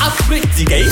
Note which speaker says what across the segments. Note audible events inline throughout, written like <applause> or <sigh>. Speaker 1: upgrade 自己。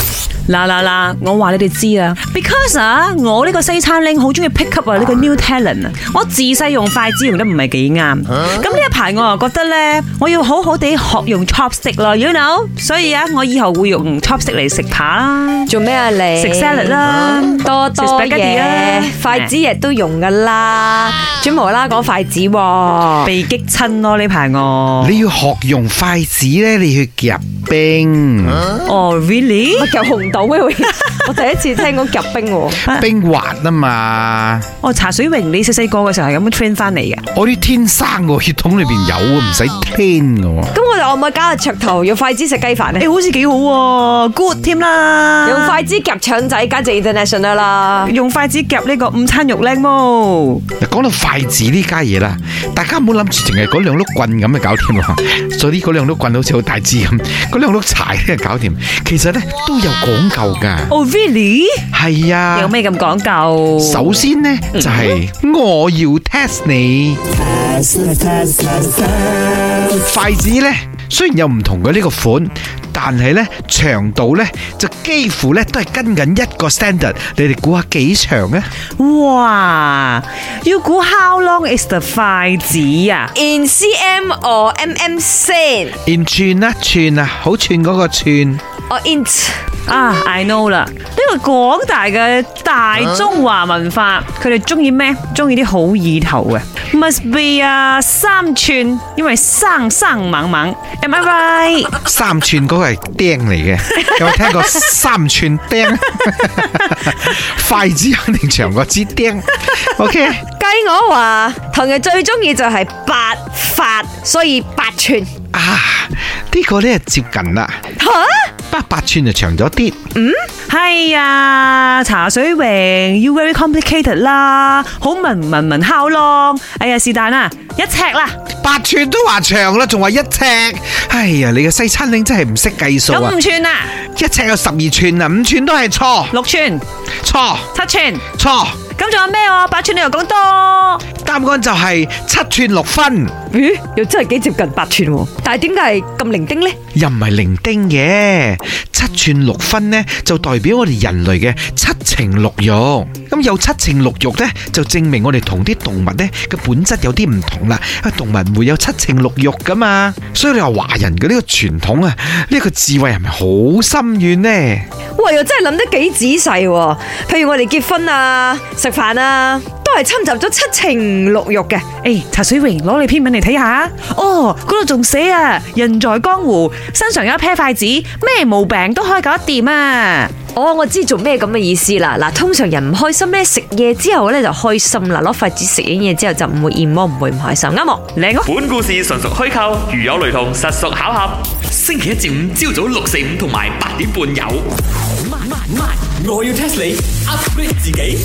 Speaker 2: 嗱嗱嗱，我話你哋知啦，because 啊，我呢個西餐領好中意 pick up 啊呢個 new talent 啊，我自細用筷子用得唔係幾啱，咁呢一排我又覺得咧，我要好好地學用 chopstick 咯，you know，所以啊，我以後會用 chopstick 嚟食扒啦，
Speaker 3: 做咩啊你？
Speaker 2: 食 salad 啦，
Speaker 3: 多
Speaker 2: 食
Speaker 3: 多
Speaker 2: spaghetti
Speaker 3: 嘢
Speaker 2: 啦，
Speaker 3: 筷子日都用噶啦，專無啦講筷子喎。
Speaker 2: 被激親咯呢排我，
Speaker 4: 你要學用筷子咧，你去夾冰、
Speaker 2: 哦 really？
Speaker 3: 夾紅豆 <laughs> 嘅會，我第一次聽講夾冰喎。
Speaker 4: 冰滑啊嘛！
Speaker 2: 哦茶水榮，你細細個嘅時候係咁樣 train 翻嚟嘅，
Speaker 4: 我啲天生個血統裏邊有啊，唔使聽噶。
Speaker 3: 咁我哋可唔可以加個噱頭用筷子食雞飯咧？
Speaker 2: 誒好似幾好喎，good 添啦，
Speaker 3: 用筷子夾腸仔，簡直 international 啦！
Speaker 2: 用筷子夾呢個午餐肉靚毛，
Speaker 4: 嗱，講到筷子呢家嘢啦，大家唔好諗住淨係嗰兩碌棍咁就搞掂喎。 <laughs> 所以嗰兩碌棍好似好大支咁，嗰兩碌柴咧就搞掂。其實咧都有講究噶。
Speaker 2: 哦 really？
Speaker 4: 係
Speaker 2: 有
Speaker 4: 啊，
Speaker 2: 咩咁講究？
Speaker 4: 首先咧就係我要 test 你。筷子咧雖然有唔同嘅呢個款，但係咧長度咧就幾乎咧都係跟緊一個 standard。你哋估下幾長啊？
Speaker 2: 哇！要估 how long is the 筷子啊？
Speaker 3: In cm or mm 先，
Speaker 4: in 寸啊寸啊，好寸嗰個寸。
Speaker 3: 我 inch
Speaker 2: 啊，I know 啦，呢個廣大嘅大中華文化，佢哋中意咩？中意啲好意頭嘅，must be 啊三寸，因為生生猛猛，am I right？
Speaker 4: 三寸嗰個係釘嚟嘅，有冇聽過三寸 <laughs> 釘？筷子肯定長過支釘。OK，
Speaker 3: 計我話，唐人最中意就係八法，所以八寸。
Speaker 4: 啊，呢個咧接近啦，
Speaker 3: 吓，
Speaker 4: 八八寸就長咗啲。
Speaker 2: 係啊，茶水榮，you very complicated 啦，好文文文 how long？哎呀，是但啦，一尺啦。
Speaker 4: 八寸都話長啦，仲話一尺。哎呀，你個西餐領真係唔識計數啊
Speaker 2: 咁！五寸啊，
Speaker 4: 一尺有十二寸啊，五寸都係錯
Speaker 2: 六寸、
Speaker 4: 錯
Speaker 2: 七寸，
Speaker 4: 錯。
Speaker 2: 咁仲有咩喎？八寸你又講多，
Speaker 4: 答案就係七寸六分，
Speaker 3: 咦，又真係幾接近八寸喎，但係點解係咁零丁呢？
Speaker 4: 又唔係零丁嘅。七寸六分呢，就代表我哋人類嘅七情六欲。咁有七情六欲呢，就證明我哋同啲動物呢嘅本質有啲唔同啦。啊，動物唔會有七情六欲噶嘛。所以你話華人嘅呢個傳統啊，呢、個智慧係咪好深遠呢？
Speaker 3: 哇，又真係諗得幾仔細喎。譬如我哋結婚啊、食飯啊，都係侵襲咗七情六欲嘅。
Speaker 2: 誒，哎茶水榮攞你篇文嚟睇下，哦，嗰度仲寫啊，人在江湖，身上有一 pair 筷子，咩毛病都可以搞得掂啊！
Speaker 3: 哦，我知做咩咁嘅意思啦。嗱，通常人唔開心咧，食嘢之後咧就開心啦，攞筷子食完嘢之後就唔會燕窩，唔會唔開心，啱冇？
Speaker 2: 靚哦，
Speaker 1: 本故事純屬虛構，如有雷同，實屬巧合。星期一至五朝早六四五同埋八點半有。我要 test 你 upgrade 自己。